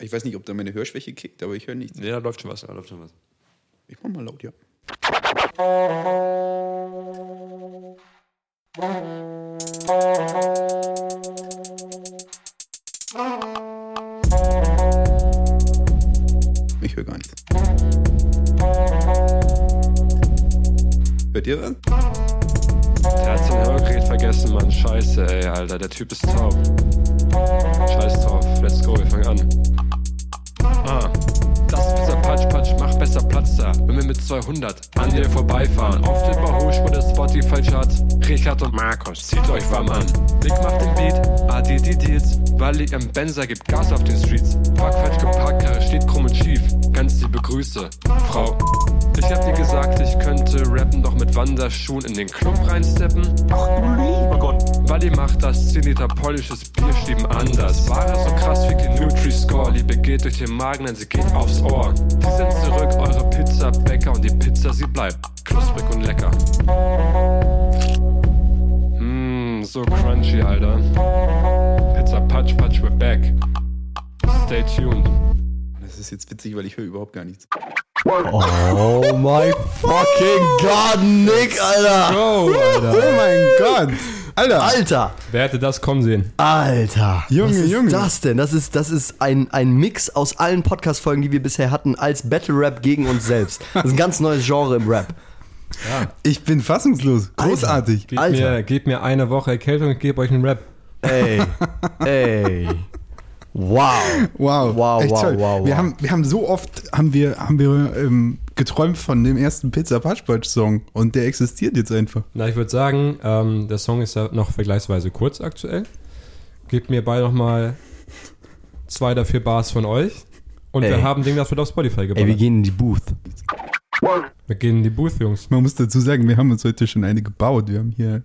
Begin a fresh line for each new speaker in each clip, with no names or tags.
Ich weiß nicht, ob da meine Hörschwäche kickt, aber ich höre nichts.
Ja, läuft schon was, ja, läuft schon was.
Ich mach mal laut, ja. Ich höre gar nichts. Hört ihr was?
Der hat sein Hörgerät vergessen, Mann. Scheiße, ey, Alter. Der Typ ist taub. Scheiß drauf. Let's go, wir fangen an. Ah. Das ist besser Patsch, Patsch, mach besser Platz da. Wenn wir mit 200 an dir vorbeifahren. Auf den Bahoschspur des Spotify-Charts. Richard und Markus, zieht euch warm an. Nick macht den Beat, Adi die Deals. Wally am Benzer gibt Gas auf den Streets. Park falsch geparkt, Karre steht krumm und schief. Ganz liebe Grüße, Frau. Ich hab dir gesagt, ich könnte rappen, doch mit Wanderschuhen in den Club reinsteppen. Wally macht das 10 Liter polnisches Bier schieben anders. Ware so krass wie die Nutri-Score. Liebe geht durch den Magen, denn sie geht aufs Ohr. Die sind zurück, eure Pizza-Bäcker und die Pizza, sie bleibt knusprig und lecker. Mmm, so crunchy, Alter. Pizza Patch Patch, we're back. Stay tuned.
Das ist jetzt witzig, weil ich höre überhaupt gar nichts.
Oh my fucking god, Nick, Alter.
Bro,
Alter.
oh mein Gott. Alter,
Alter,
Wer hätte das kommen sehen?
Alter.
Junge,
was ist
Junge.
das denn? Das ist, das ist ein, ein Mix aus allen Podcast-Folgen, die wir bisher hatten, als Battle Rap gegen uns selbst. Das ist ein ganz neues Genre im Rap.
ich bin fassungslos. Großartig.
Gebt,
Alter.
Mir, gebt mir eine Woche Erkältung und gebe euch einen Rap.
Ey, ey. Wow. Wow, wow,
Wow,
wow,
Wir,
wow.
haben, wir haben so oft haben wir, haben wir ähm, geträumt von dem ersten Pizza Patchpatch Song und der existiert jetzt einfach.
Na, ich würde sagen, ähm, der Song ist ja noch vergleichsweise kurz aktuell. Gebt mir bei nochmal zwei oder vier Bars von euch. Und
Ey.
wir haben den dafür auf Spotify
Ey,
geballert. wir,
wir
gehen
gehen in die Booth.
in die Booth, Jungs.
Man muss dazu sagen, wir haben uns heute schon eine gebaut. Wir haben hier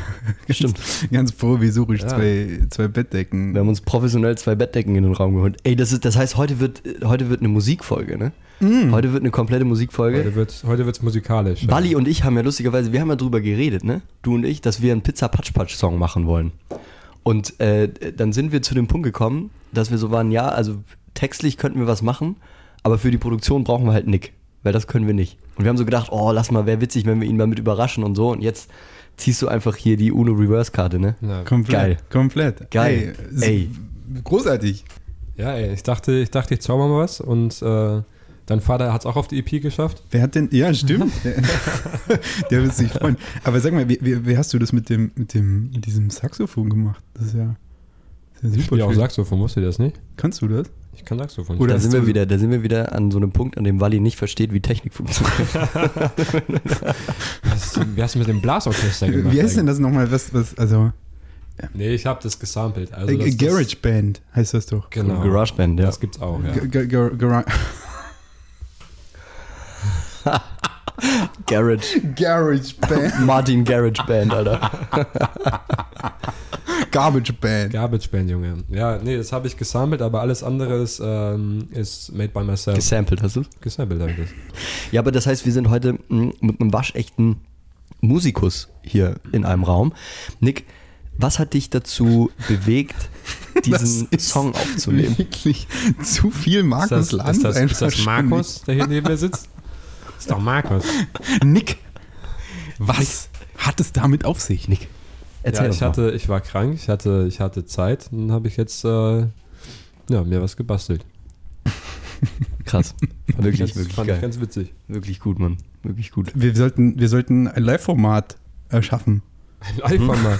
Stimmt.
ganz provisorisch
Ja.
zwei, zwei Bettdecken.
Wir haben uns professionell zwei Bettdecken in den Raum geholt. Ey, das, ist, das heißt, heute wird, heute wird eine Musikfolge, ne?
Mm.
Heute wird eine komplette Musikfolge.
Heute wird's, heute wird's musikalisch.
Bali und ich haben ja lustigerweise, wir haben ja drüber geredet, ne? Du und ich, dass wir einen Pizza-Patsch-Patsch-Song machen wollen. Und äh, dann sind wir zu dem Punkt gekommen, dass wir so waren, ja, also textlich könnten wir was machen, aber für die Produktion brauchen wir halt Nick, weil das können wir nicht. Und wir haben so gedacht, oh, lass mal, wäre witzig, wenn wir ihn mal mit überraschen und so. Und jetzt ziehst du einfach hier die UNO-Reverse-Karte, ne?
Ja.
Komplett.
Geil.
Komplett.
Geil.
Ey,
Ey.
s- Großartig.
ja, ey, ich dachte, ich dachte, ich zauber mal was. Und äh, dein Vater hat's auch auf die EP geschafft.
Wer hat denn. Ja, stimmt. der der wird sich freuen. Aber sag mal, wie, wie, wie hast du das mit dem, mit dem mit diesem Saxophon gemacht? Das ist ja, das ist ja
Ich
super.
spiele auch
schön.
Saxophon, wusst ihr das nicht?
Kannst du das?
Ich kann Saxophon.
Oder
Da
hast
sind,
du-
wir wieder, da sind wir wieder an so einem Punkt, an dem Wally nicht versteht, wie Technik funktioniert.
Was, wie hast du mit dem Blasorchester gemacht?
Wie heißt denn das nochmal? Was, was, also,
Nee, ich habe das gesampelt. Also
äh,
das,
Garage Band heißt das doch.
Das, genau.
GarageBand, ja.
Das gibt's auch, ja.
G- G- Gar- Gar-
Garage.
Garage Band.
Martin Garage Band, Alter.
Garbage Band.
Garbage Band, Junge. Ja, nee, das habe ich gesammelt, aber alles andere ist, ähm, ist made by myself.
Gesampelt hast du?
gesammelt habe ich das.
Ja, aber das heißt, wir sind heute mh, mit einem waschechten Musikus hier in einem Raum. Nick, was hat dich dazu bewegt, diesen
Das ist
Song aufzunehmen?
Wirklich zu viel Markus
ist das,
Lanz
ist das,
einfach
ist das
schon
Markus, der hier neben mir sitzt? ist doch Markus.
mit- Nick, was hat es damit auf sich? Nick.
Erzähl
Ja,
uns
ich, hatte, ich war krank, ich hatte, ich hatte Zeit und habe ich jetzt äh, ja, mir was gebastelt.
mal. Krass.
Fand ich
Wirklich,
ganz,
wirklich
fand ich
geil.
ganz witzig.
Wirklich gut, Mann. Wirklich gut.
Wir sollten, wir sollten ein Live-Format erschaffen.
Ein
Hm?
Live-Format.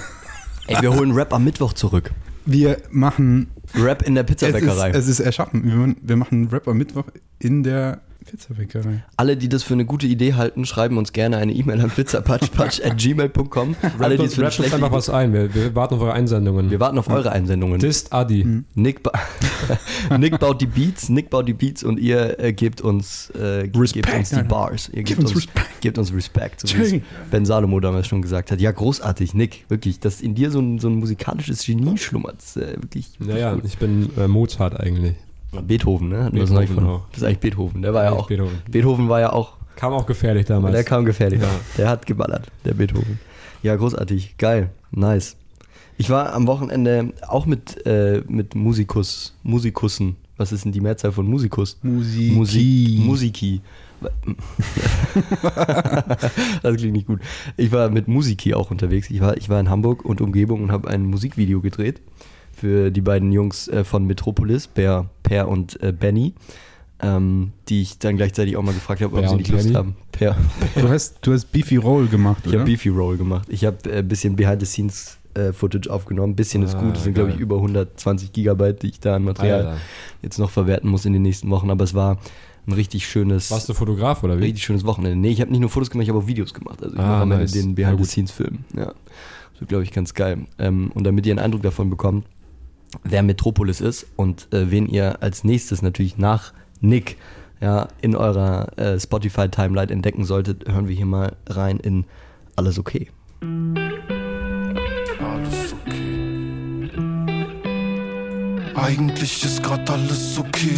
Ey, wir holen Rap am Mittwoch zurück.
Wir machen.
Rap in der
Es ist,
Pizzabäckerei.
es ist erschaffen. Wir machen, wir machen Rap am Mittwoch in der Pizzabäckerei.
Alle, die das für eine gute Idee halten, schreiben uns gerne eine E-Mail an pizzapatschpatsch.gmail.com. Alle,
Rappt
die es
uns, rappt
für eine
uns
schlechte
einfach was ein. Wir, wir warten auf eure Einsendungen.
Wir warten Hm. auf eure Einsendungen.
Dist Adi.
Nick, ba Nick baut die Beats, Nick baut die Beats und ihr äh, gebt uns, äh,
Respekt,
gebt uns die
Alter.
Bars. Ihr gebt,
uns
uns,
Respekt.
gebt uns Respekt, so wie es
Tschüss.
Ben Salomo damals schon gesagt hat. Ja, großartig, Nick, wirklich, dass in dir so ein, so ein musikalisches Genie schlummert. ist, Äh, wirklich, wirklich
Naja,
gut.
ich bin äh, Mozart eigentlich.
Beethoven, ne? Hatten wir das neulich
Beethoven
von-
auch.
Das ist eigentlich Beethoven, der war ja
Eigentlich
auch.
Beethoven.
Beethoven war ja auch
Kam auch gefährlich damals.
Der kam gefährlich.
Ja.
Der hat geballert, der Beethoven. Ja, großartig. Geil. Nice. Ich war am Wochenende auch mit, äh, mit Musikus, Musikussen. Was Was ist denn die Mehrzahl von Musikus?
Musik.
Musik. Musiki. das klingt nicht gut. Ich war mit Musiki auch unterwegs. Ich war, ich war in Hamburg und Umgebung und habe ein Musikvideo gedreht für die beiden Jungs äh, von Metropolis, Per, per und äh, Benny, ähm, die ich dann gleichzeitig auch mal gefragt habe, ob
Per
sie
und
nicht Lust
Benny?
haben. Per,
Du hast, du hast Beefy Roll gemacht,
ich habe
oder?
Beefy Roll gemacht. Ich habe äh, ein bisschen Behind-the-Scenes-Footage äh, aufgenommen. Ein bisschen ist
Ah,
gut. Es sind, glaube ich,
geil.
über 120 Gigabyte, die ich da an Material
Alter.
jetzt noch verwerten muss in den nächsten Wochen. Aber es war ein richtig schönes,
Warst du Fotograf oder wie?
Hm.
richtig schönes Wochenende. Nee, ich habe nicht nur Fotos gemacht, ich habe auch Videos gemacht. Also ich
Ah,
mache am Ende
nice.
den
Ja, gut.
Behind-the-Scenes-Film. Ja. So, glaube ich, ganz geil. Ähm, und damit ihr einen Eindruck davon bekommt, wer Metropolis ist und äh, wen ihr als nächstes natürlich nach Nick ja, in eurer äh, Spotify-Timeline entdecken solltet, hören wir hier mal rein in Alles okay.
Alles okay. Eigentlich ist grad alles okay.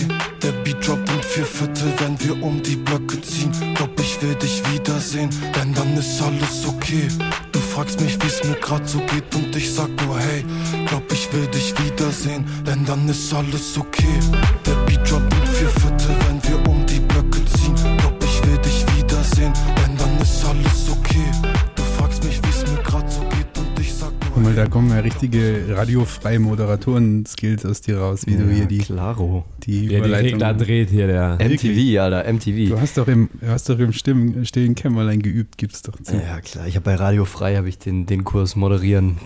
Der Beat droppt in vier Viertel, wenn wir um die Blöcke ziehen. Glaub ich will dich wiedersehen, denn dann ist alles okay. Du fragst mich, wie's mir grad so geht und ich sag nur hey. Glaub ich will dich wiedersehen, denn dann ist alles okay. Der Beat droppt in vier Viertel, wenn wir um die Blöcke ziehen. Glaub ich will dich wiedersehen, denn dann ist alles okay. Du fragst mich, wie's mir grad so geht und ich sag nur
Guck mal, da kommen ja richtige radiofreie Moderatoren-Skills aus dir raus, wie du hier die, Ah,
Claro.
die
Der die
Überleitung...
Regler dreht hier, der.
MTV, Alter, MTV.
du hast doch im, du hast doch im Stimmen, stillen Kämmerlein geübt, gibt's doch zu.
Ja, klar. Ich habe bei Radio Frei habe ich den, den Kurs Moderieren,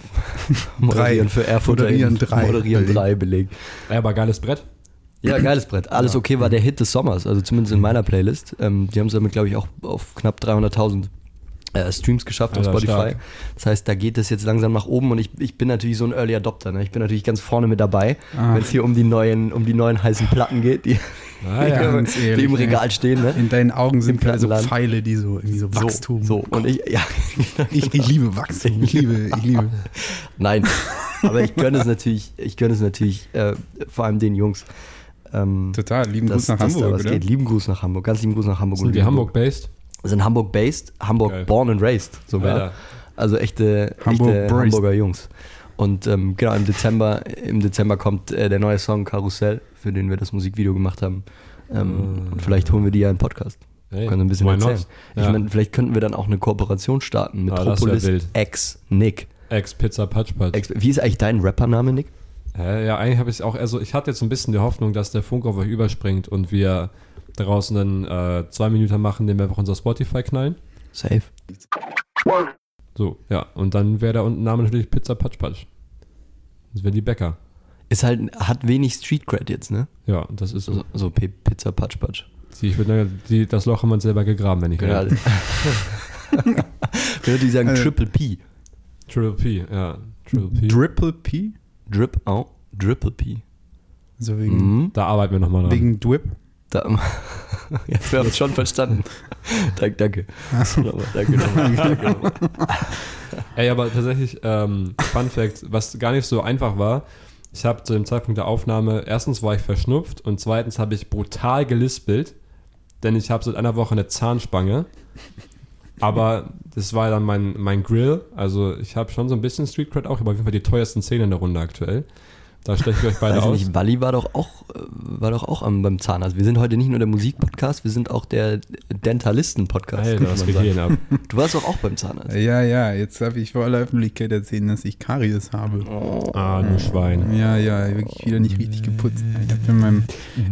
moderieren für Erfurter
Moderieren drei
moderieren
belegt.
drei belegt.
Ja, aber geiles Brett.
Ja, geiles Brett. Alles okay war der Hit des Sommers, also zumindest in meiner Playlist. Ähm, die haben es damit, glaube ich, auch auf knapp 300.000 äh, Streams geschafft auf
Alter,
Spotify.
stark.
Das heißt, da geht es jetzt langsam nach oben und ich, ich bin natürlich so ein Early Adopter. Ne? Ich bin natürlich ganz vorne mit dabei,
Ah.
wenn es hier um die neuen, um die neuen heißen Platten geht, die,
Ah,
die,
ja.
ganz
die
ehrlich,
im
ey.
Regal stehen. Ne?
In deinen Augen
Im
sind gerade so
Plattenland.
Pfeile, die so irgendwie so Wachstum.
So, so. und ich, ja, genau.
Ich, ich liebe Wachstum. Ich liebe, ich liebe.
Nein, aber ich gönne es natürlich, ich gönne es natürlich äh, vor allem den Jungs. Ähm,
Total, lieben
dass-
Gruß nach
dass da
Hamburg,
was
oder?
Geht. Lieben Gruß nach Hamburg, ganz lieben Gruß nach Hamburg.
Sind wir
lieben
Hamburg-based?
Gru- Sind Hamburg-based, Hamburg
Geil.
born and raised sogar.
Alter.
Also echte,
Hamburg
echte
braced.
Hamburger Jungs. Und ähm, genau, im Dezember, im Dezember kommt äh, der neue Song Karussell, für den wir das Musikvideo gemacht haben. Ähm, und vielleicht holen wir die ja in den Podcast.
Ah. Hey,
Können ein bisschen
why
erzählen.
not?
Ich
Ja.
meine, vielleicht könnten wir dann auch eine Kooperation starten mit
Ah, das wär
Tropolis
wild.
ex Nick.
Ex-Pizza Patchpatch.
Ex Wie ist eigentlich dein Rappername, Nick?
Hä? ja, eigentlich habe ich es auch, also ich hatte jetzt so ein bisschen die Hoffnung, dass der Funk auf euch überspringt und wir draußen dann äh, zwei Minuten machen, den wir einfach unser Spotify knallen.
Safe.
So, ja. Und dann wäre da unten Name natürlich Pizza Patchpatch. Das wären die Bäcker.
Ist halt, hat wenig Street Cred jetzt, ne?
Ja, das ist so.
So, so P- Pizza Patsch Patsch.
Die, ich würde sagen, die, das Loch haben wir uns selber gegraben, wenn ich
Gerade. Würde ich sagen Triple P.
Triple P, ja. Triple P.
Triple P?
Drip out, Triple P.
So wegen,
Mhm.
da arbeiten wir nochmal dran.
wegen Dwip?
Da, jetzt haben wir es schon verstanden. Dank, danke. Nochmal, danke nochmal. danke.
Ey, aber tatsächlich, ähm, Fun Fact, was gar nicht so einfach war, ich habe zu dem Zeitpunkt der Aufnahme, erstens war ich verschnupft und zweitens habe ich brutal gelispelt, denn ich habe seit einer Woche eine Zahnspange. Aber das war dann mein, mein Grill, also ich habe schon so ein bisschen Street Cred auch, aber auf jeden Fall die teuersten Zähne in der Runde aktuell. Da steche ich euch beide
Weiß ich
aus.
nicht, Walli war doch auch, äh, war doch auch am, beim Zahnarzt. Wir sind heute nicht nur der Musikpodcast, wir sind auch der Dentalisten-Podcast.
Alter,
könnte
was
man
geht
sagen.
hier denn ab?
Du warst doch auch beim Zahnarzt.
Ja, ja, jetzt habe ich vor aller Öffentlichkeit erzählen, dass ich Karies habe.
Ah, du Schwein.
Ja, ja, wirklich wieder nicht richtig geputzt. Ich habe in meinem,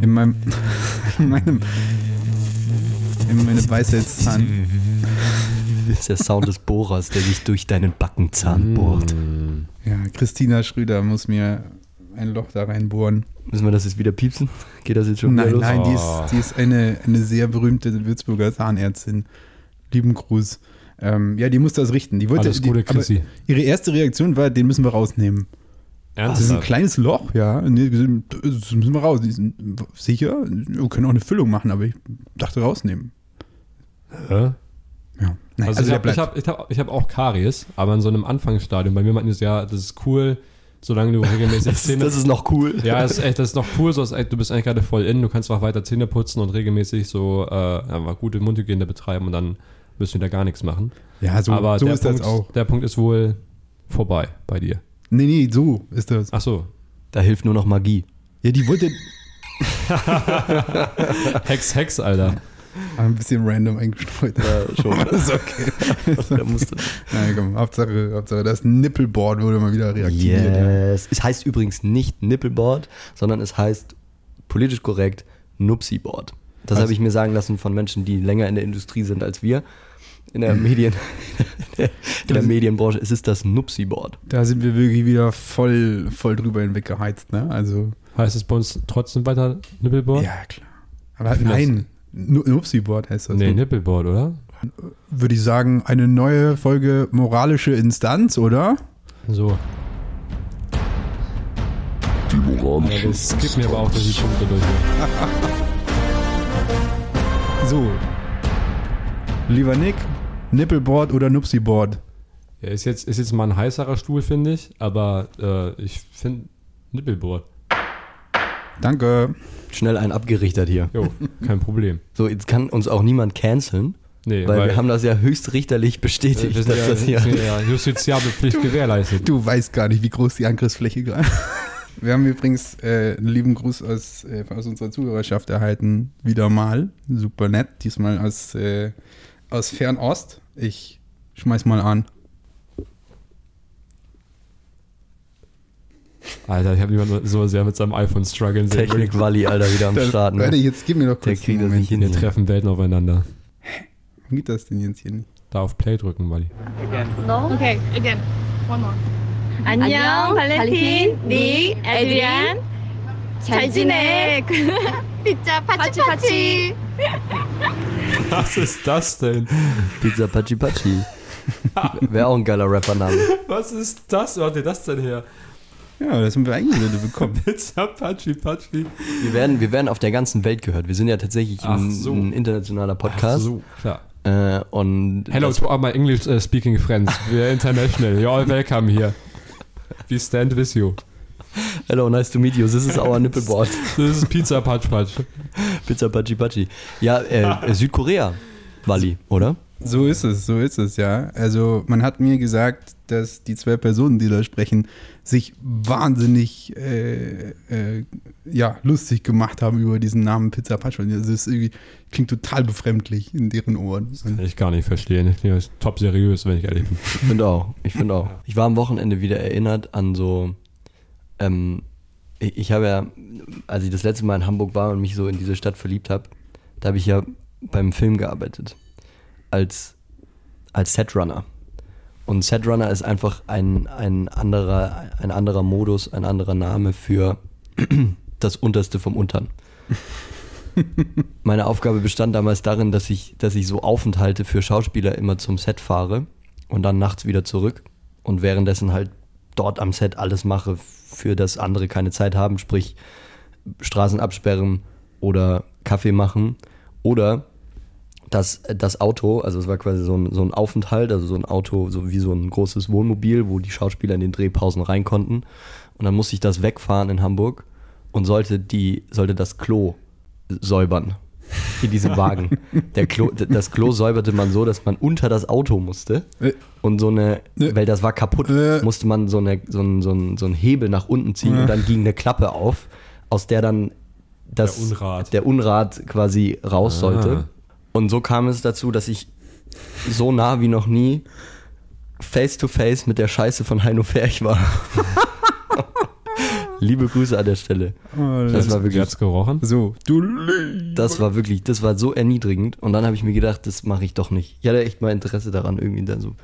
in meinem, in meinem, in meinem Weisheitszahn.
Das ist der Sound des Bohrers, der sich durch deinen Backenzahn bohrt.
Ja, Christina Schröder muss mir ein Loch da reinbohren.
Müssen wir das jetzt wieder piepsen? Geht das jetzt schon
nein,
wieder los?
nein, die
Oh.
ist, die ist eine, eine sehr berühmte Würzburger Zahnärztin. Lieben Gruß. Ähm, ja, die muss das richten. Die wollte,
Alles Gute,
die, aber
Chrissy.
ihre erste Reaktion war, den müssen wir rausnehmen. Das ist ein
Ernsthaft?
kleines Loch, ja. Nee, Das müssen wir raus. Die sind, sicher, wir können auch eine Füllung machen, aber ich dachte rausnehmen.
Hä?
Ja. Nein,
Also,
der
ich
bleibt.
habe ich hab, ich hab auch Karies, aber in so einem Anfangsstadium. Bei mir meinten die so, ja, das ist cool, solange du regelmäßig
Das,
Zähne...
das ist noch cool.
ja, das ist, echt, das ist noch cool, so, ist echt- du bist eigentlich gerade voll in, du kannst noch weiter Zähne putzen und regelmäßig so äh, einfach gute Mundhygiene betreiben und dann müssen wir da gar nichts machen.
ja, so,
aber
so
der,
ist
Punkt,
das auch.
der Punkt ist wohl vorbei bei dir. Ah.
Nee, nee, so ist das.
Ach so.
Da hilft nur noch Magie.
Ja, die wollte.
Hex, Hex, Alter.
Aber ein bisschen random eingestreut.
Ja, schon.
Aber das ist okay.
Da musste.
Nein, komm, Hauptsache, Hauptsache das Nippelboard wurde mal wieder reaktiviert.
Yes. Es heißt übrigens nicht Nippelboard, sondern es heißt politisch korrekt Nupsi-Board. Das
Was?
habe ich mir sagen lassen von Menschen, die länger in der Industrie sind als wir. In der, Medien, in der
Das-
Medienbranche. Es ist das Nupsi-Board.
Da sind wir wirklich wieder voll, voll drüber hinweg geheizt, ne? Also,
Heißt es bei uns trotzdem weiter Nippelboard?
ja, klar. Aber
Ich
nein, Nu- Nupsi-Board heißt das.
nee, ne? Nippelboard, oder?
Würde ich sagen, eine neue Folge moralische Instanz, oder?
So. Ja, wir skippen mir aber auch durch die Punkte durch. hier.
So. Lieber Nick, Nippelboard oder Nupsi-Board?
Ja, ist, jetzt, ist jetzt mal ein heißerer Stuhl, finde ich, aber äh, ich finde Nippelboard.
Danke.
Schnell einen abgerichtet hier.
Jo, kein Problem.
So, jetzt kann uns auch niemand canceln,
Nee,
weil, wir haben das ja höchstrichterlich
äh,
bestätigt,
wir sind
dass
ja,
das hier.
sind ja justiziable Pflicht gewährleistet.
Du weißt gar nicht, wie groß die Angriffsfläche gerade Wir haben übrigens äh, einen lieben Gruß aus, äh, aus unserer Zuhörerschaft erhalten. Wieder mal. Super nett. Diesmal aus, äh, aus Fernost. Ich schmeiß mal an.
Alter, ich habe niemanden so sehr mit seinem iPhone strugglen sehen.
Technik Walli, Alter, wieder am
Dann-
Start. Ne?
Warte, jetzt gib mir doch
Der
kurz
kriegt
einen
das nicht
Moment.
hin.
Wir
hier.
treffen Welten aufeinander.
Warum geht das denn jetzt hier nicht?
Da auf Play drücken, Wally.
No?
Okay, again. One more.
안녕, 발렌틴, 닉, 에드리안. 잘 지내. 피자 파치 파치.
Was ist das denn?
Pizza Pachi Pachi. Wäre auch ein geiler Rappername.
Was ist das? Wo habt ihr das denn her?
Ja, das haben wir eingesendet bekommen.
Pizza Patschi Patschi.
Wir werden, wir werden auf der ganzen Welt gehört. Wir sind ja tatsächlich ein,
Ach so.
ein internationaler
Ach
Podcast.
so, klar.
Äh, und
Hello
das,
to all my English uh, speaking friends. We're international. You're all welcome here. We stand with you.
hello, nice to meet you. This is our nippleboard.
This is Pizza Patsch Patsch.
Pizza Pachi Pachi. Ja, äh, äh, Südkorea, Wally, oder?
So ist es, so ist es, ja. Also man hat mir gesagt, dass die zwei Personen, die da sprechen, sich wahnsinnig äh, äh, ja, lustig gemacht haben über diesen Namen Pizza Pacho. Also es ist irgendwie, klingt total befremdlich in deren Ohren.
Kann ich gar nicht verstehen. Ich bin top seriös, wenn ich ehrlich bin.
Ich finde auch. Ich finde auch. Ich war am Wochenende wieder erinnert an so. Ähm, ich, ich habe ja, als ich das letzte Mal in Hamburg war und mich so in diese Stadt verliebt habe, da habe ich ja beim Film gearbeitet. Als, als Setrunner. Und Setrunner ist einfach ein, ein, anderer, ein anderer Modus, ein anderer Name für das Unterste vom Untern. Meine Aufgabe bestand damals darin, dass ich, dass ich so Aufenthalte für Schauspieler immer zum Set fahre und dann nachts wieder zurück und währenddessen halt dort am Set alles mache, für das andere keine Zeit haben, sprich Straßen absperren oder Kaffee machen oder das, das Auto, also es war quasi so ein, so ein Aufenthalt, also so ein Auto, so wie so ein großes Wohnmobil, wo die Schauspieler in den Drehpausen rein konnten. Und dann musste ich das wegfahren in Hamburg und sollte, die, sollte das Klo säubern in diesem Wagen. Der Klo, das Klo säuberte man so, dass man unter das Auto musste
Äh.
und so eine,
Äh.
weil das war kaputt,
Äh.
musste man so, eine, so, einen, so, einen, so einen Hebel nach unten ziehen und dann ging eine Klappe auf, aus der dann das,
Der Unrat. Ah.
der Unrat quasi raus sollte. Und so kam es dazu, dass ich so nah wie noch nie face to face mit der Scheiße von Heino Ferch war. Liebe Grüße an der Stelle. Das war
Wie
wirklich,
hat's gerochen?
So, du Le-
das war wirklich, das war so erniedrigend. Und dann habe ich mir gedacht, das mache ich doch nicht. Ich hatte echt mal Interesse daran, irgendwie dann so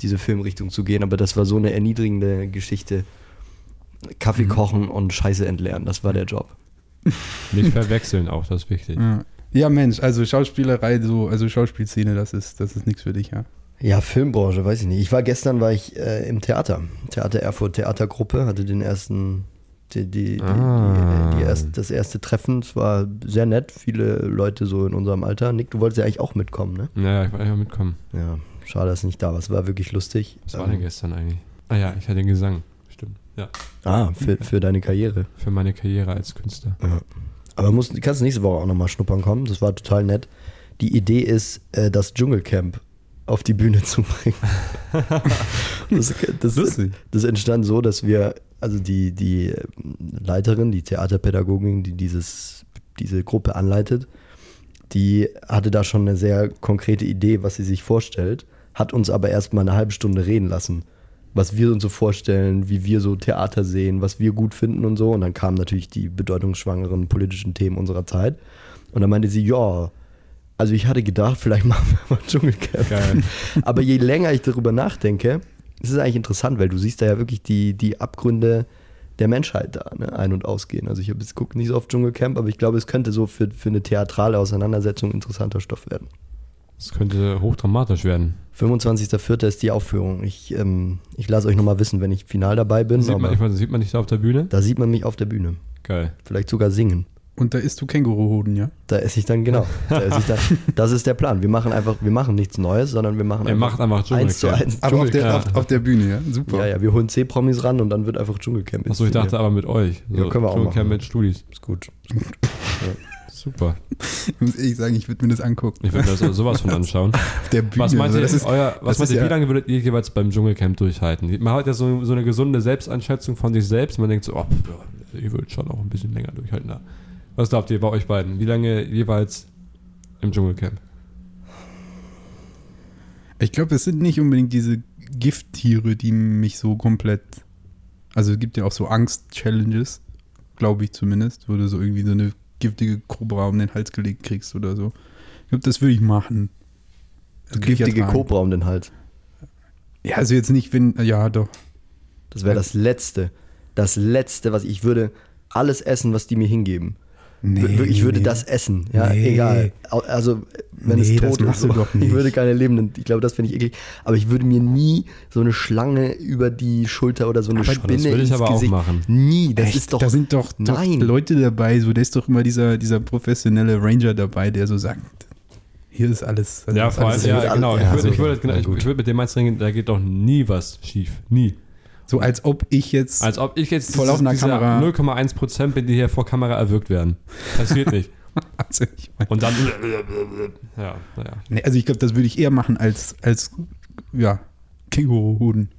diese Filmrichtung zu gehen, aber das war so eine erniedrigende Geschichte. Kaffee kochen und Scheiße entleeren, das war der Job.
Nicht verwechseln, auch das ist wichtig.
ja. ja, Mensch, also Schauspielerei, so, also Schauspielszene, das ist, das ist nichts für dich, ja.
Ja, Filmbranche, weiß ich nicht. Ich war gestern war ich äh, im Theater, Theater Erfurt Theatergruppe, hatte den ersten, die, die, die,
Ah.
die, die erst, das erste Treffen. Es war sehr nett, viele Leute so in unserem Alter. Nick, du wolltest ja eigentlich auch mitkommen, ne?
Naja, ich wollte einfach mitkommen.
Ja, schade, dass du nicht da warst. War wirklich lustig.
Was war denn gestern eigentlich? Ah ja, ich hatte den Gesang. Stimmt. Ja.
Ah, für, für deine Karriere.
Für meine Karriere als Künstler.
Aber musst, kannst nächste Woche auch nochmal schnuppern kommen. Das war total nett. Die Idee ist, äh, das Dschungelcamp auf die Bühne zu bringen. das, das,
Lustig.
das entstand ähm, so, dass wir, also die, die Leiterin, die Theaterpädagogin, die dieses diese Gruppe anleitet, die hatte da schon eine sehr konkrete Idee, was sie sich vorstellt, hat uns aber erstmal eine halbe Stunde reden lassen, was wir uns so vorstellen, wie wir so Theater sehen, was wir gut finden und so. Und dann kamen natürlich die bedeutungsschwangeren politischen Themen unserer Zeit. Und dann meinte sie, ja, also ich hatte gedacht, vielleicht machen wir mal Dschungelcamp.
Geil.
Aber je länger ich darüber nachdenke, ist es eigentlich interessant, weil du siehst da ja wirklich die, die Abgründe der Menschheit da ne? ein- und ausgehen. Also ich habe jetzt guckt nicht so auf Dschungelcamp, aber ich glaube, es könnte so für, für eine theatrale Auseinandersetzung interessanter Stoff werden.
Das könnte hochdramatisch werden.
25.04. ist die Aufführung. Ich, ähm, ich lasse euch nochmal wissen, wenn ich final dabei bin.
Sieht man,
aber
ich meine, sieht man dich da auf der Bühne?
da sieht man mich auf der Bühne.
Geil.
Vielleicht sogar singen.
Und da isst du Känguruhoden, ja?
Da esse ich dann, genau. Da esse ich dann, das ist der Plan. Wir machen einfach, wir machen nichts Neues, sondern wir machen
Er macht einfach Dschungelcamp.
eins zu eins.
Aber auf der,
ja.
auf, auf der Bühne, ja? Super.
Ja, ja, wir holen C-Promis ran und dann wird einfach Dschungelcamp.
Achso, ich dachte
inszeniert.
aber mit euch.
Ja, können wir auch
Dschungelcamp
machen.
mit Studis.
Ist gut.
Super.
Ich muss ehrlich sagen, ich würde mir das angucken.
Ich würde das sowas von anschauen.
Auf der Bühne.
Was meint
also
ihr,
das ist,
euer, was meint
das ist
ihr wie
ja-
lange würdet ihr jeweils beim Dschungelcamp durchhalten? Man hat ja so, so eine gesunde Selbsteinschätzung von sich selbst. Man denkt so, oh, pff, ja, ihr würdet schon auch ein bisschen länger durchhalten. Na, Was glaubt ihr bei euch beiden? Wie lange jeweils im Dschungelcamp?
ich glaube, es sind nicht unbedingt diese Gifttiere, die mich so komplett. Also es gibt ja auch so Angst-Challenges, glaube ich zumindest, wo du so irgendwie so eine giftige Kobra um den Hals gelegt kriegst oder so. Ich glaube, das würde ich machen. Das könnte ich
Giftige
ertragen.
Kobra um den Hals.
Ja, also jetzt nicht, wenn. Ja, doch.
Das wäre das Letzte. Das Letzte, was ich würde alles essen, was die mir hingeben. Wir- ich würde
nee.
das essen. Ja,
Nee.
egal. Au- Also, wenn
Nee,
es
das
tot ist.
machst du
so.
doch nicht.
Ich würde keine lebenden. Ich glaube, das finde ich eklig. Aber ich würde mir nie so eine Schlange über die Schulter oder so eine
Aber das
Spinne
würde ich
ins
aber auch
Gesicht.
machen.
Nie. Das
Echt?
ist doch.
da sind doch, doch
nein.
Leute dabei, so, da ist doch immer dieser, dieser professionelle Ranger dabei, der so sagt, hier ist alles. also
Ja,
ist
vor allem,
alles
wird
ja,
alles-
genau. Ich
ja,
würde
so,
ich würde-
ja,
genau, ich-
gut.
ich würde mit dem Mainz ringen, da geht doch nie was schief. Nie.
So als ob ich jetzt,
Als ob ich jetzt
Vor
dieses-
laufender
dieser
Kamera.
0,1% bin, die hier vor Kamera erwürgt werden. Passiert nicht.
also ich, mein,
Und dann. Ja, naja.
nee, also ich glaube, das würde ich eher machen als, als ja, Känguruhoden.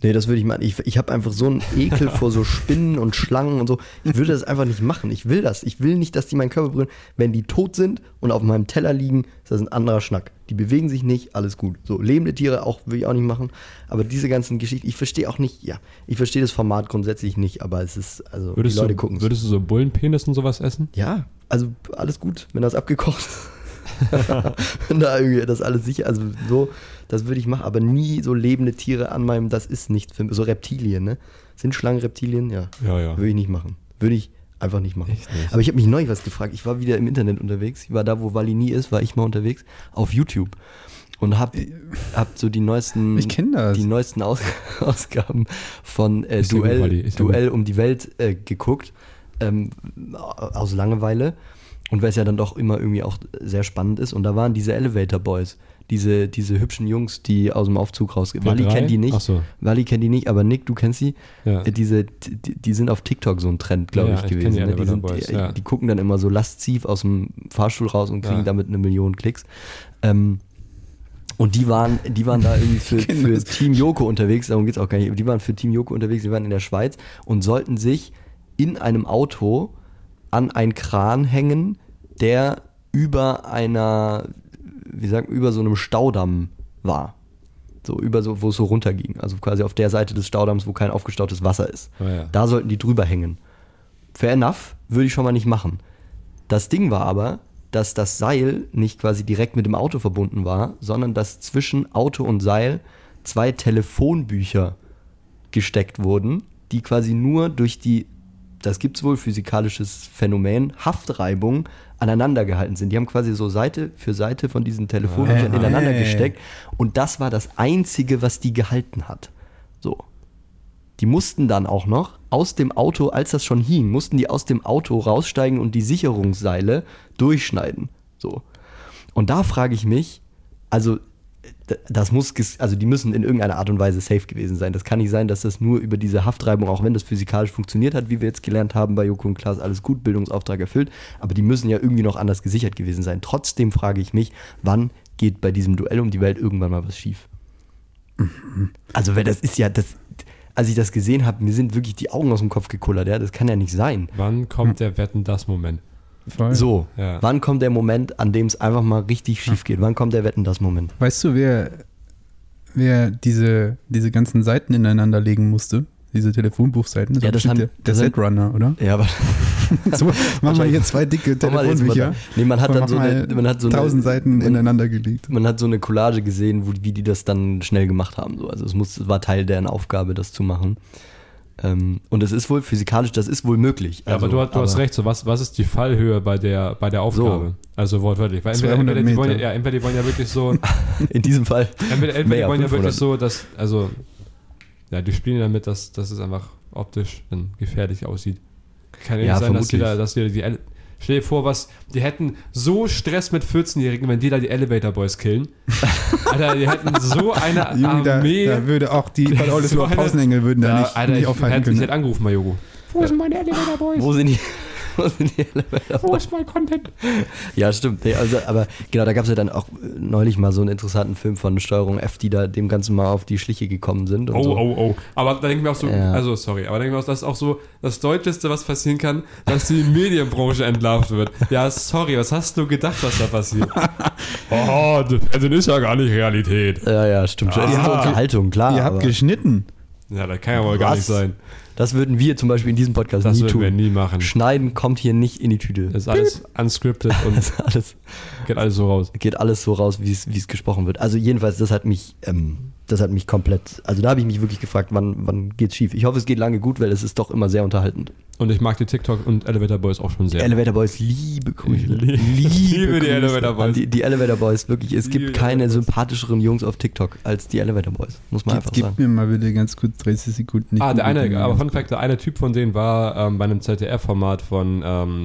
Nee, das würde ich machen. Ich, ich habe einfach so einen Ekel vor so Spinnen und Schlangen und so. Ich würde das einfach nicht machen. Ich will das. Ich will nicht, dass die meinen Körper berühren. Wenn die tot sind und auf meinem Teller liegen, ist das ein anderer Schnack. Die bewegen sich nicht, alles gut. So, lebende Tiere auch will ich auch nicht machen. Aber diese ganzen Geschichten, ich verstehe auch nicht, ja, ich verstehe das Format grundsätzlich nicht, aber es ist, also
Würdest,
die Leute
du,
gucken
würdest du so Bullenpenis und sowas essen?
Ja, also alles gut, wenn das abgekocht ist. wenn da irgendwie das alles sicher, also so, das würde ich machen, aber nie so lebende Tiere an meinem, das ist nicht für mich, so Reptilien, ne? Sind Schlangen Reptilien? Ja.
Ja, ja.
Würde ich nicht machen. Würde ich einfach nicht machen.
Echt nicht?
Aber ich habe mich neu was gefragt. Ich war wieder im Internet unterwegs. Ich war da, wo Wally nie ist, war ich mal unterwegs auf YouTube und hab, hab so die neuesten
Ich kenn das.
die neuesten Aus Ausgaben von äh,
Ist ja gut, Wally,
Duell,
ist ja gut.
Duell um die Welt äh, geguckt ähm, aus Langeweile und weil es ja dann doch immer irgendwie auch sehr spannend ist und da waren diese Elevator Boys diese, diese hübschen Jungs, die aus dem Aufzug rausgehen.
Wir
Wally
drei?
kennt die nicht.
Ach so.
Wally kennt die nicht, aber Nick, du kennst sie.
Ja.
Äh, Diese, die, die sind auf TikTok so ein Trend, glaube
Ja,
ich,
ich kenn
gewesen.
die
ne? die,
Elevator
sind,
Boys,
die,
ja.
die gucken dann immer so lastiv aus dem Fahrstuhl raus und kriegen
Ja.
damit eine Million Klicks. Ähm, und die waren, die waren da irgendwie für,
Genau.
für Team Joko unterwegs, darum geht's auch gar nicht. Die waren für Team Joko unterwegs, die waren in der Schweiz und sollten sich in einem Auto an einen Kran hängen, der über einer, wie sagt man, über so einem Staudamm war. So über so, wo es so runterging. Also quasi auf der Seite des Staudamms, wo kein aufgestautes Wasser ist.
Ah ja.
Da sollten die drüber hängen. Fair enough, würde ich schon mal nicht machen. Das Ding war aber, dass das Seil nicht quasi direkt mit dem Auto verbunden war, sondern dass zwischen Auto und Seil zwei Telefonbücher gesteckt wurden, die quasi nur durch die, das gibt es wohl physikalisches Phänomen, Haftreibung aneinander gehalten sind. Die haben quasi so Seite für Seite von diesen Telefonbüchern
Ah.
ineinander
Hey.
gesteckt und das war das Einzige, was die gehalten hat. So. Die mussten dann auch noch aus dem Auto, als das schon hing, mussten die aus dem Auto raussteigen und die Sicherungsseile durchschneiden. So. Und da frage ich mich, also d- das muss, ges- also die müssen in irgendeiner Art und Weise safe gewesen sein. Das kann nicht sein, dass das nur über diese Haftreibung, auch wenn das physikalisch funktioniert hat, wie wir jetzt gelernt haben bei Joko und Klaas, alles gut, Bildungsauftrag erfüllt, aber die müssen ja irgendwie noch anders gesichert gewesen sein. Trotzdem frage ich mich, wann geht bei diesem Duell um die Welt irgendwann mal was schief? Also, weil das ist ja, das, als ich das gesehen habe, mir sind wirklich die Augen aus dem Kopf gekullert, ja, das kann ja nicht sein.
Wann kommt der Wetten das Moment?
Voll.
So,
Ja.
wann kommt der Moment, an dem es einfach mal richtig schief geht? Wann kommt der Wetten das Moment?
Weißt du, wer, wer diese, diese ganzen Seiten ineinander legen musste? Diese Telefonbuchseiten?
Ja,
war
das
bestimmt
haben-
der, der
das haben-
Setrunner, oder?
Ja, aber
so, machen wir hier zwei dicke
Mach mal jetzt mal
Telefonbücher.
da. Nee, man hat
Mach
dann so
mal
eine, man hat so
tausend
eine,
Seiten ineinander gelegt.
man hat so eine Collage gesehen, wo, wie die das dann schnell gemacht haben. So. Also es muss, es war Teil deren Aufgabe, das zu machen. Ähm, und es ist wohl physikalisch, das ist wohl möglich.
Ja,
Also,
aber du, hast- du hast
aber-
recht, so was, was ist die Fallhöhe bei der, bei der Aufgabe? Also wortwörtlich. Weil entweder,
200
entweder, die wollen,
Meter.
ja, entweder die wollen ja wirklich so,
In diesem Fall.
entweder, entweder
Mehr,
die wollen ja
500.
wirklich so, dass, also, ja, die spielen damit, dass, dass es einfach optisch dann gefährlich aussieht. Kann ja
Ja,
nicht sein, dass die,
vermutlich.
da, dass die, da die Ele- Stell dir vor, was, die hätten so Stress mit 14-Jährigen, wenn die da die Elevator Boys killen. Alter, die hätten so eine
Junge, da,
Armee.
da würde auch die Bad
So
Oldesloe
eine-
Pausenengel würden da nicht,
Alter,
nicht
ich
aufhalten
hätte, ich hätte
können. ne?
angerufen, mal Jogo. Wo sind meine Elevator Boys?
Wo sind die? Wo sind die Elevator?
Wo ist mein Content?
Ja, stimmt. Nee, also, aber genau, da gab es ja dann auch äh, neulich mal so einen interessanten Film von Steuerung F, die da dem Ganzen mal auf die Schliche gekommen sind. Und
Oh,
so.
oh, oh. Aber da denken wir auch so,
Ja.
also sorry, aber da denken wir auch, das ist auch so das Deutlichste, was passieren kann, dass die Medienbranche entlarvt wird. Ja, sorry, was hast du gedacht, was da passiert? oh, das Fernsehen ist ja gar nicht Realität.
Ja, ja, stimmt. schon.
Ah.
Das ist
Ihr
so
habt-
Unterhaltung, klar.
Ihr
Ah,
habt
aber
geschnitten.
Ja, das kann ja wohl gar
Was?
nicht sein.
das würden wir zum Beispiel in diesem Podcast
Das
nie
würden
tun.
wir nie machen.
Schneiden kommt hier nicht in die Tüte.
Das ist alles unscripted und
Das alles,
geht alles so raus.
geht alles so raus, wie es wie es gesprochen wird. Also jedenfalls, das hat mich, ähm, das hat mich komplett, also da habe ich mich wirklich gefragt, wann, wann geht's schief. Ich hoffe, es geht lange gut, weil es ist doch immer sehr unterhaltend.
Und ich mag die TikTok und Elevator Boys auch schon sehr.
Elevator Boys, liebe Grüße.
Lie- liebe die
Grüße
Elevator Boys.
an Die, die Elevator Boys, wirklich. Es
Liebe
gibt
die Elevator
keine
Boys.
sympathischeren Jungs auf TikTok als die Elevator Boys, muss man
Gib,
einfach
gib
sagen.
mir mal bitte ganz kurz 30 Sekunden. Ich
Ah, der
google
eine,
den
aber
mal.
Fun Fact, der eine Typ von denen war ähm, bei einem ZDF-Format von ähm,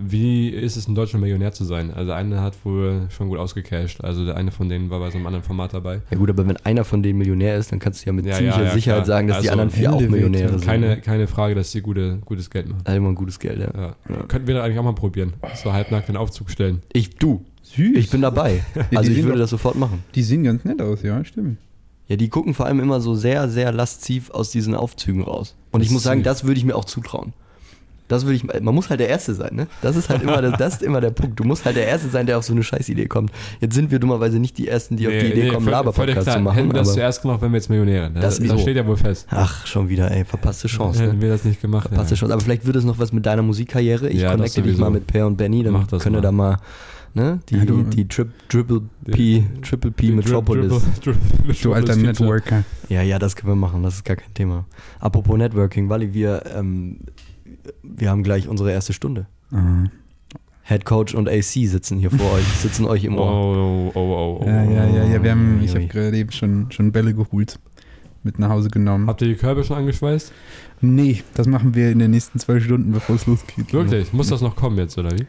Wie ist es, ein deutscher Millionär zu sein? Also der eine hat wohl schon gut ausgecasht. Also der eine von denen war bei so einem anderen Format dabei.
Ja gut, aber wenn einer von denen Millionär ist, dann kannst du ja mit
Ja,
ziemlicher
ja, ja,
Sicherheit
klar.
sagen, dass die
Also,
anderen vier auch
Hände
Millionäre
wehtun.
sind.
Keine, keine Frage, dass die gute, gutes Geld machen.
Hat immer ein gutes Geld, ja.
Ja. Könnten wir da eigentlich auch mal probieren. So halbnackt in den Aufzug stellen.
Ich, du,
Süß.
ich bin dabei.
die
Also ich
sind
würde
doch-
das sofort machen.
die sehen ganz nett aus, ja, stimmt.
Ja, die gucken vor allem immer so sehr, sehr lasziv aus diesen Aufzügen raus. Und ich muss sagen, das würde ich mir auch zutrauen. Das würde ich, man muss halt der Erste sein, ne? Das ist halt immer, das, das ist immer der Punkt. Du musst halt der Erste sein, der auf so eine Scheißidee kommt. Jetzt sind wir dummerweise nicht die Ersten, die auf die Idee kommen,
voll- völlig
Laber-Podcast
klar.
zu
Hätten
machen.
wir das
Aber,
zuerst gemacht, wenn wir jetzt Millionäre. Das,
Das-
das,
so.
steht ja wohl fest.
ach, schon wieder, ey, verpasste Chance.
Hätten
Ne?
wir das nicht gemacht.
Verpasste Chance. Aber vielleicht wird es noch was mit deiner Musikkarriere. Ich
Ja, das
connecte dich mal
sowieso.
mit Per und Benny, dann
Mach das
könnt
mal.
ihr da mal, ne? Die,
Ja, du-
die, die Trip, Triple P,
Die-
Triple P Metropolis.
Du alter Networker.
Ja, ja, das können wir machen, das ist gar kein Thema. Apropos Networking, Wally, wir, ähm, wir haben gleich unsere erste Stunde.
Ah.
Head Coach und AC sitzen hier vor euch, sitzen euch im
Oh,
Ohr.
oh, oh, oh. oh.
Ja, ja, ja, ja, wir haben, ich
Ui,
habe
ui.
gerade eben schon, schon Bälle geholt. Mit nach Hause genommen.
Habt ihr die Körbe schon angeschweißt?
Nee, das machen wir in den nächsten zwei Stunden, bevor es losgeht.
Wirklich? Muss das noch kommen jetzt, oder wie?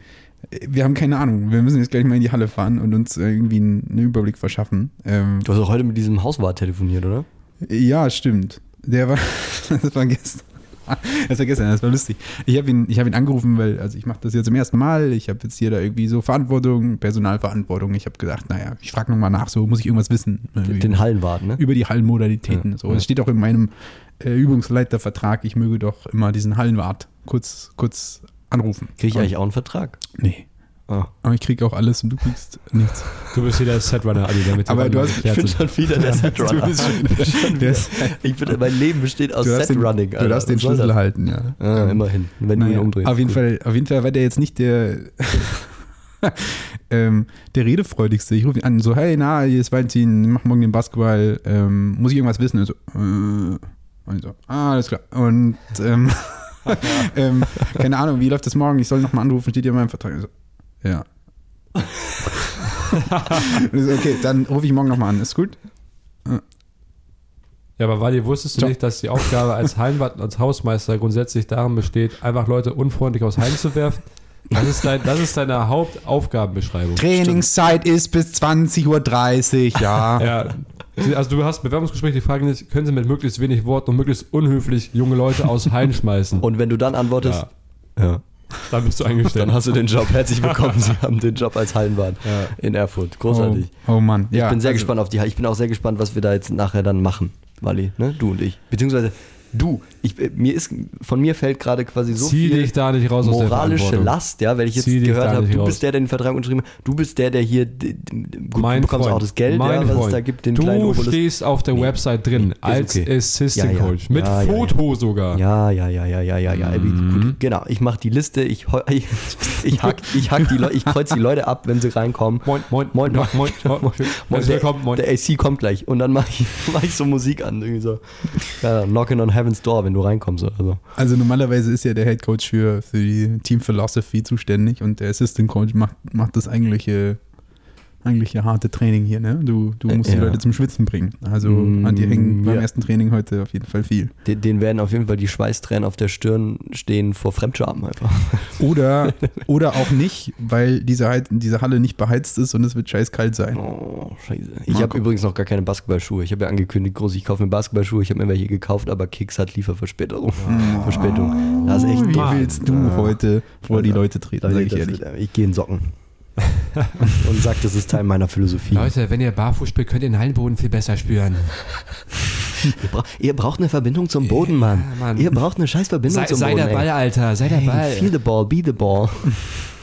Wir haben keine Ahnung. Wir müssen jetzt gleich mal in die Halle fahren und uns irgendwie einen Überblick verschaffen. Ähm,
Du hast auch heute mit diesem Hauswart telefoniert, oder?
ja, stimmt. Der war, das war gestern. Das war gestern, das war lustig. Ich habe ihn, ich hab ihn angerufen, weil, also ich mache das jetzt zum ersten Mal. Ich habe jetzt hier da irgendwie so Verantwortung, Personalverantwortung. Ich habe gedacht, naja, ich frage nochmal nach, so muss ich irgendwas wissen.
Den, den Hallenwart, ne?
über die Hallenmodalitäten. So, es steht auch in meinem äh, Übungsleitervertrag, ich möge doch immer diesen Hallenwart kurz, kurz anrufen.
Krieg ich
Und-
eigentlich auch einen Vertrag?
Nee.
Ah.
Aber ich krieg auch alles und du kriegst nichts.
Du bist hier der Setrunner, Adi, damit die
Aber
Leute
du
mal
hast-
geklärt
Ich bin
sind.
schon wieder der Setrunner.
Der ist-
Ich bin, mein Leben besteht aus
du darfst den,
Setrunning.
du
Alter.
darfst den
Was soll
Schlüssel
das?
halten, ja.
Ah, immerhin, wenn du ihn
Naja,
umdrehst.
Auf jeden,
Gut.
Fall, auf jeden Fall war der jetzt nicht der, ähm, der redefreudigste. Ich rufe ihn an, so, hey, na, hier ist Valentin, mach morgen den Basketball, ähm, muss ich irgendwas wissen? Und so, äh, und ich so, ah, alles klar. Und, ähm, ähm, keine Ahnung, wie läuft das morgen? Ich soll nochmal anrufen, steht ja in meinem Vertrag. Und so, ja. Und ich so, okay, dann rufe ich morgen nochmal an, ist gut?
Ja, aber Wadi, wusstest du
Ciao.
nicht, dass die Aufgabe als Hallenwart und als Hausmeister grundsätzlich darin besteht, einfach Leute unfreundlich aus Hallen zu werfen? Das ist, dein, das ist deine Hauptaufgabenbeschreibung.
Trainingszeit ist bis 20.30 Uhr, ja.
Ja, also du hast Bewerbungsgespräche, die fragen dich, können sie mit möglichst wenig Worten und möglichst unhöflich junge Leute aus Hallen schmeißen?
Und wenn du dann antwortest, ja.
dann bist du eingestellt.
Dann hast du den Job. Herzlich willkommen. Sie haben den Job als Hallenbad
Ja.
in Erfurt.
Oh,
Großartig.
oh Mann.
Ich
ja,
bin sehr
also-
gespannt auf die. Ich bin auch sehr gespannt, was wir da jetzt nachher dann machen, Wally, ne? Du und ich. Beziehungsweise Du, ich, äh, mir ist, von mir fällt gerade quasi so
Zieh
viel
dich da nicht raus aus der
moralische
Verantwortung.
Last, ja, weil ich jetzt
Zieh dich
gehört
da
habe,
nicht
du
raus.
bist der, der den Vertrag unterschrieben hat, du bist der, der hier, d- d- gut,
Mein
du bekommst
Freund,
auch das Geld,
mein
ja, was es
Freund,
da gibt, den
du
kleinen Obolus.
stehst auf der Website drin als
okay.
Assistant
Ja, ja.
Coach mit
Ja, ja, ja.
Foto sogar.
Ja, ja, ja, ja, ja, ja, ja. Gut, genau, ich mache die Liste, ich, heu- ich, ich, hack, ich, hack die Leu- ich kreuz die Leute ab, wenn sie reinkommen.
Moin, moin,
Moin, moin, moin,
moin, moin.
moin,
Herzlich
der,
willkommen, moin.
der AC kommt gleich und dann mache ich, mach ich so Musik an, irgendwie so. Ja, knocking on Heaven's Door, wenn du reinkommst oder so.
Also normalerweise ist ja der Head Coach für, für die Team Philosophy zuständig und der Assistant Coach macht, macht das eigentliche, eigentliche harte Training hier. Ne? Du, du musst die
ja.
Leute zum Schwitzen bringen. Also
Mm,
an dir hängen beim
ja.
ersten Training heute auf jeden Fall viel.
Den, den werden auf jeden Fall die Schweißtränen auf der Stirn stehen vor Fremdscham einfach.
Oder, oder auch nicht, weil diese, Heiz- diese Halle nicht beheizt ist und es wird scheiß kalt sein.
Oh, scheiße. Ich
Marco.
habe übrigens noch gar keine Basketballschuhe. Ich habe ja angekündigt, groß, ich kaufe mir Basketballschuhe. Ich habe mir welche gekauft, aber Kicks hat Lieferverspätung. Verspätung. Das ist echt
Wie
doof.
willst du heute vor die Leute treten, sag ich
das
ehrlich.
wird- äh, Also, ich gehe in Socken. und sag, das ist Teil meiner Philosophie.
Leute, wenn ihr barfuß spielt, könnt ihr den Hallenboden viel besser spüren.
Ihr, bra ihr braucht eine Verbindung zum Boden, Mann.
Ja, Mann.
Ihr braucht eine scheiß Verbindung
Sei,
zum
sei
Boden.
der Ball,
ey.
Alter, sei der Ball.
Hey, feel the ball, be the ball.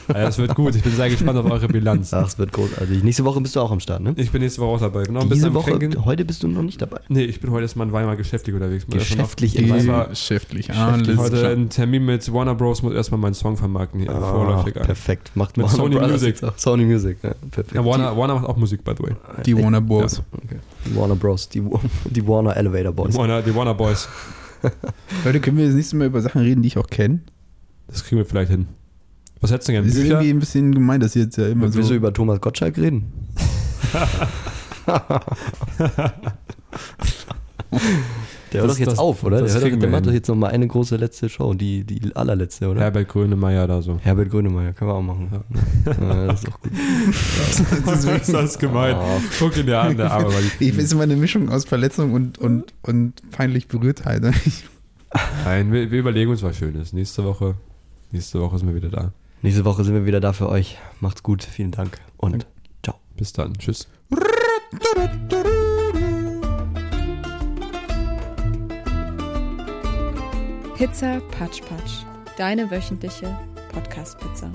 Alter, das wird gut. Ich bin sehr gespannt auf eure Bilanz.
Ach, es wird großartig. Nächste Woche bist du auch am Start, ne?
Ich bin nächste Woche auch dabei. Genau, ein bisschen
Diese
am
Woche,
Kränkeln.
heute bist du noch nicht dabei.
Nee, ich bin heute erstmal in Weimar geschäftlich unterwegs. Mal erstmal noch-
Geschäftlich in Weimar.
war-
Geschäftlich.
Ich
Alles
heute
klar.
einen Termin mit Warner Bros. muss erstmal meinen Song vermarkten hier.
Ah,
vorläufig an.
perfekt. Macht
Mit
Warner
Sony
Brothers
Music.
jetzt auch. Sony Music, ne? Perfekt.
Ja, Warner, Warner macht auch Musik, by the way.
Die Warner Bros.
Die Warner Bros. Die, Wa- die Warner Elevator Boys.
Warner, die Warner Boys.
Leute, können wir das nächste Mal über Sachen reden, die ich auch kenne?
Das kriegen wir vielleicht hin. Was hättest du denn
Es ist
gerne?
irgendwie
Bücher?
ein bisschen gemein, dass ihr jetzt ja immer
Willst du
so...
über Thomas Gottschalk reden? Der hört
Das-
doch jetzt
das-
auf, oder? Der,
das
hört doch,
kriegen
der
wir
macht
hin.
doch jetzt nochmal eine große letzte Show, die, die allerletzte, oder?
Herbert Grönemeyer da so.
Herbert Grönemeyer, können wir auch machen. Ja. das ist doch gut.
das ist das gemein. Guck ihn dir an, der arme Mann.
Ich ist immer eine Mischung aus Verletzung und, und, und peinlich Berührtheit.
Nein, wir, wir überlegen uns was Schönes. Nächste Woche, nächste Woche sind wir wieder da.
Nächste Woche sind wir wieder da für euch. Macht's gut, vielen Dank und ciao.
Bis dann. Tschüss.
Pizza Patsch Patsch, deine wöchentliche Podcast-Pizza.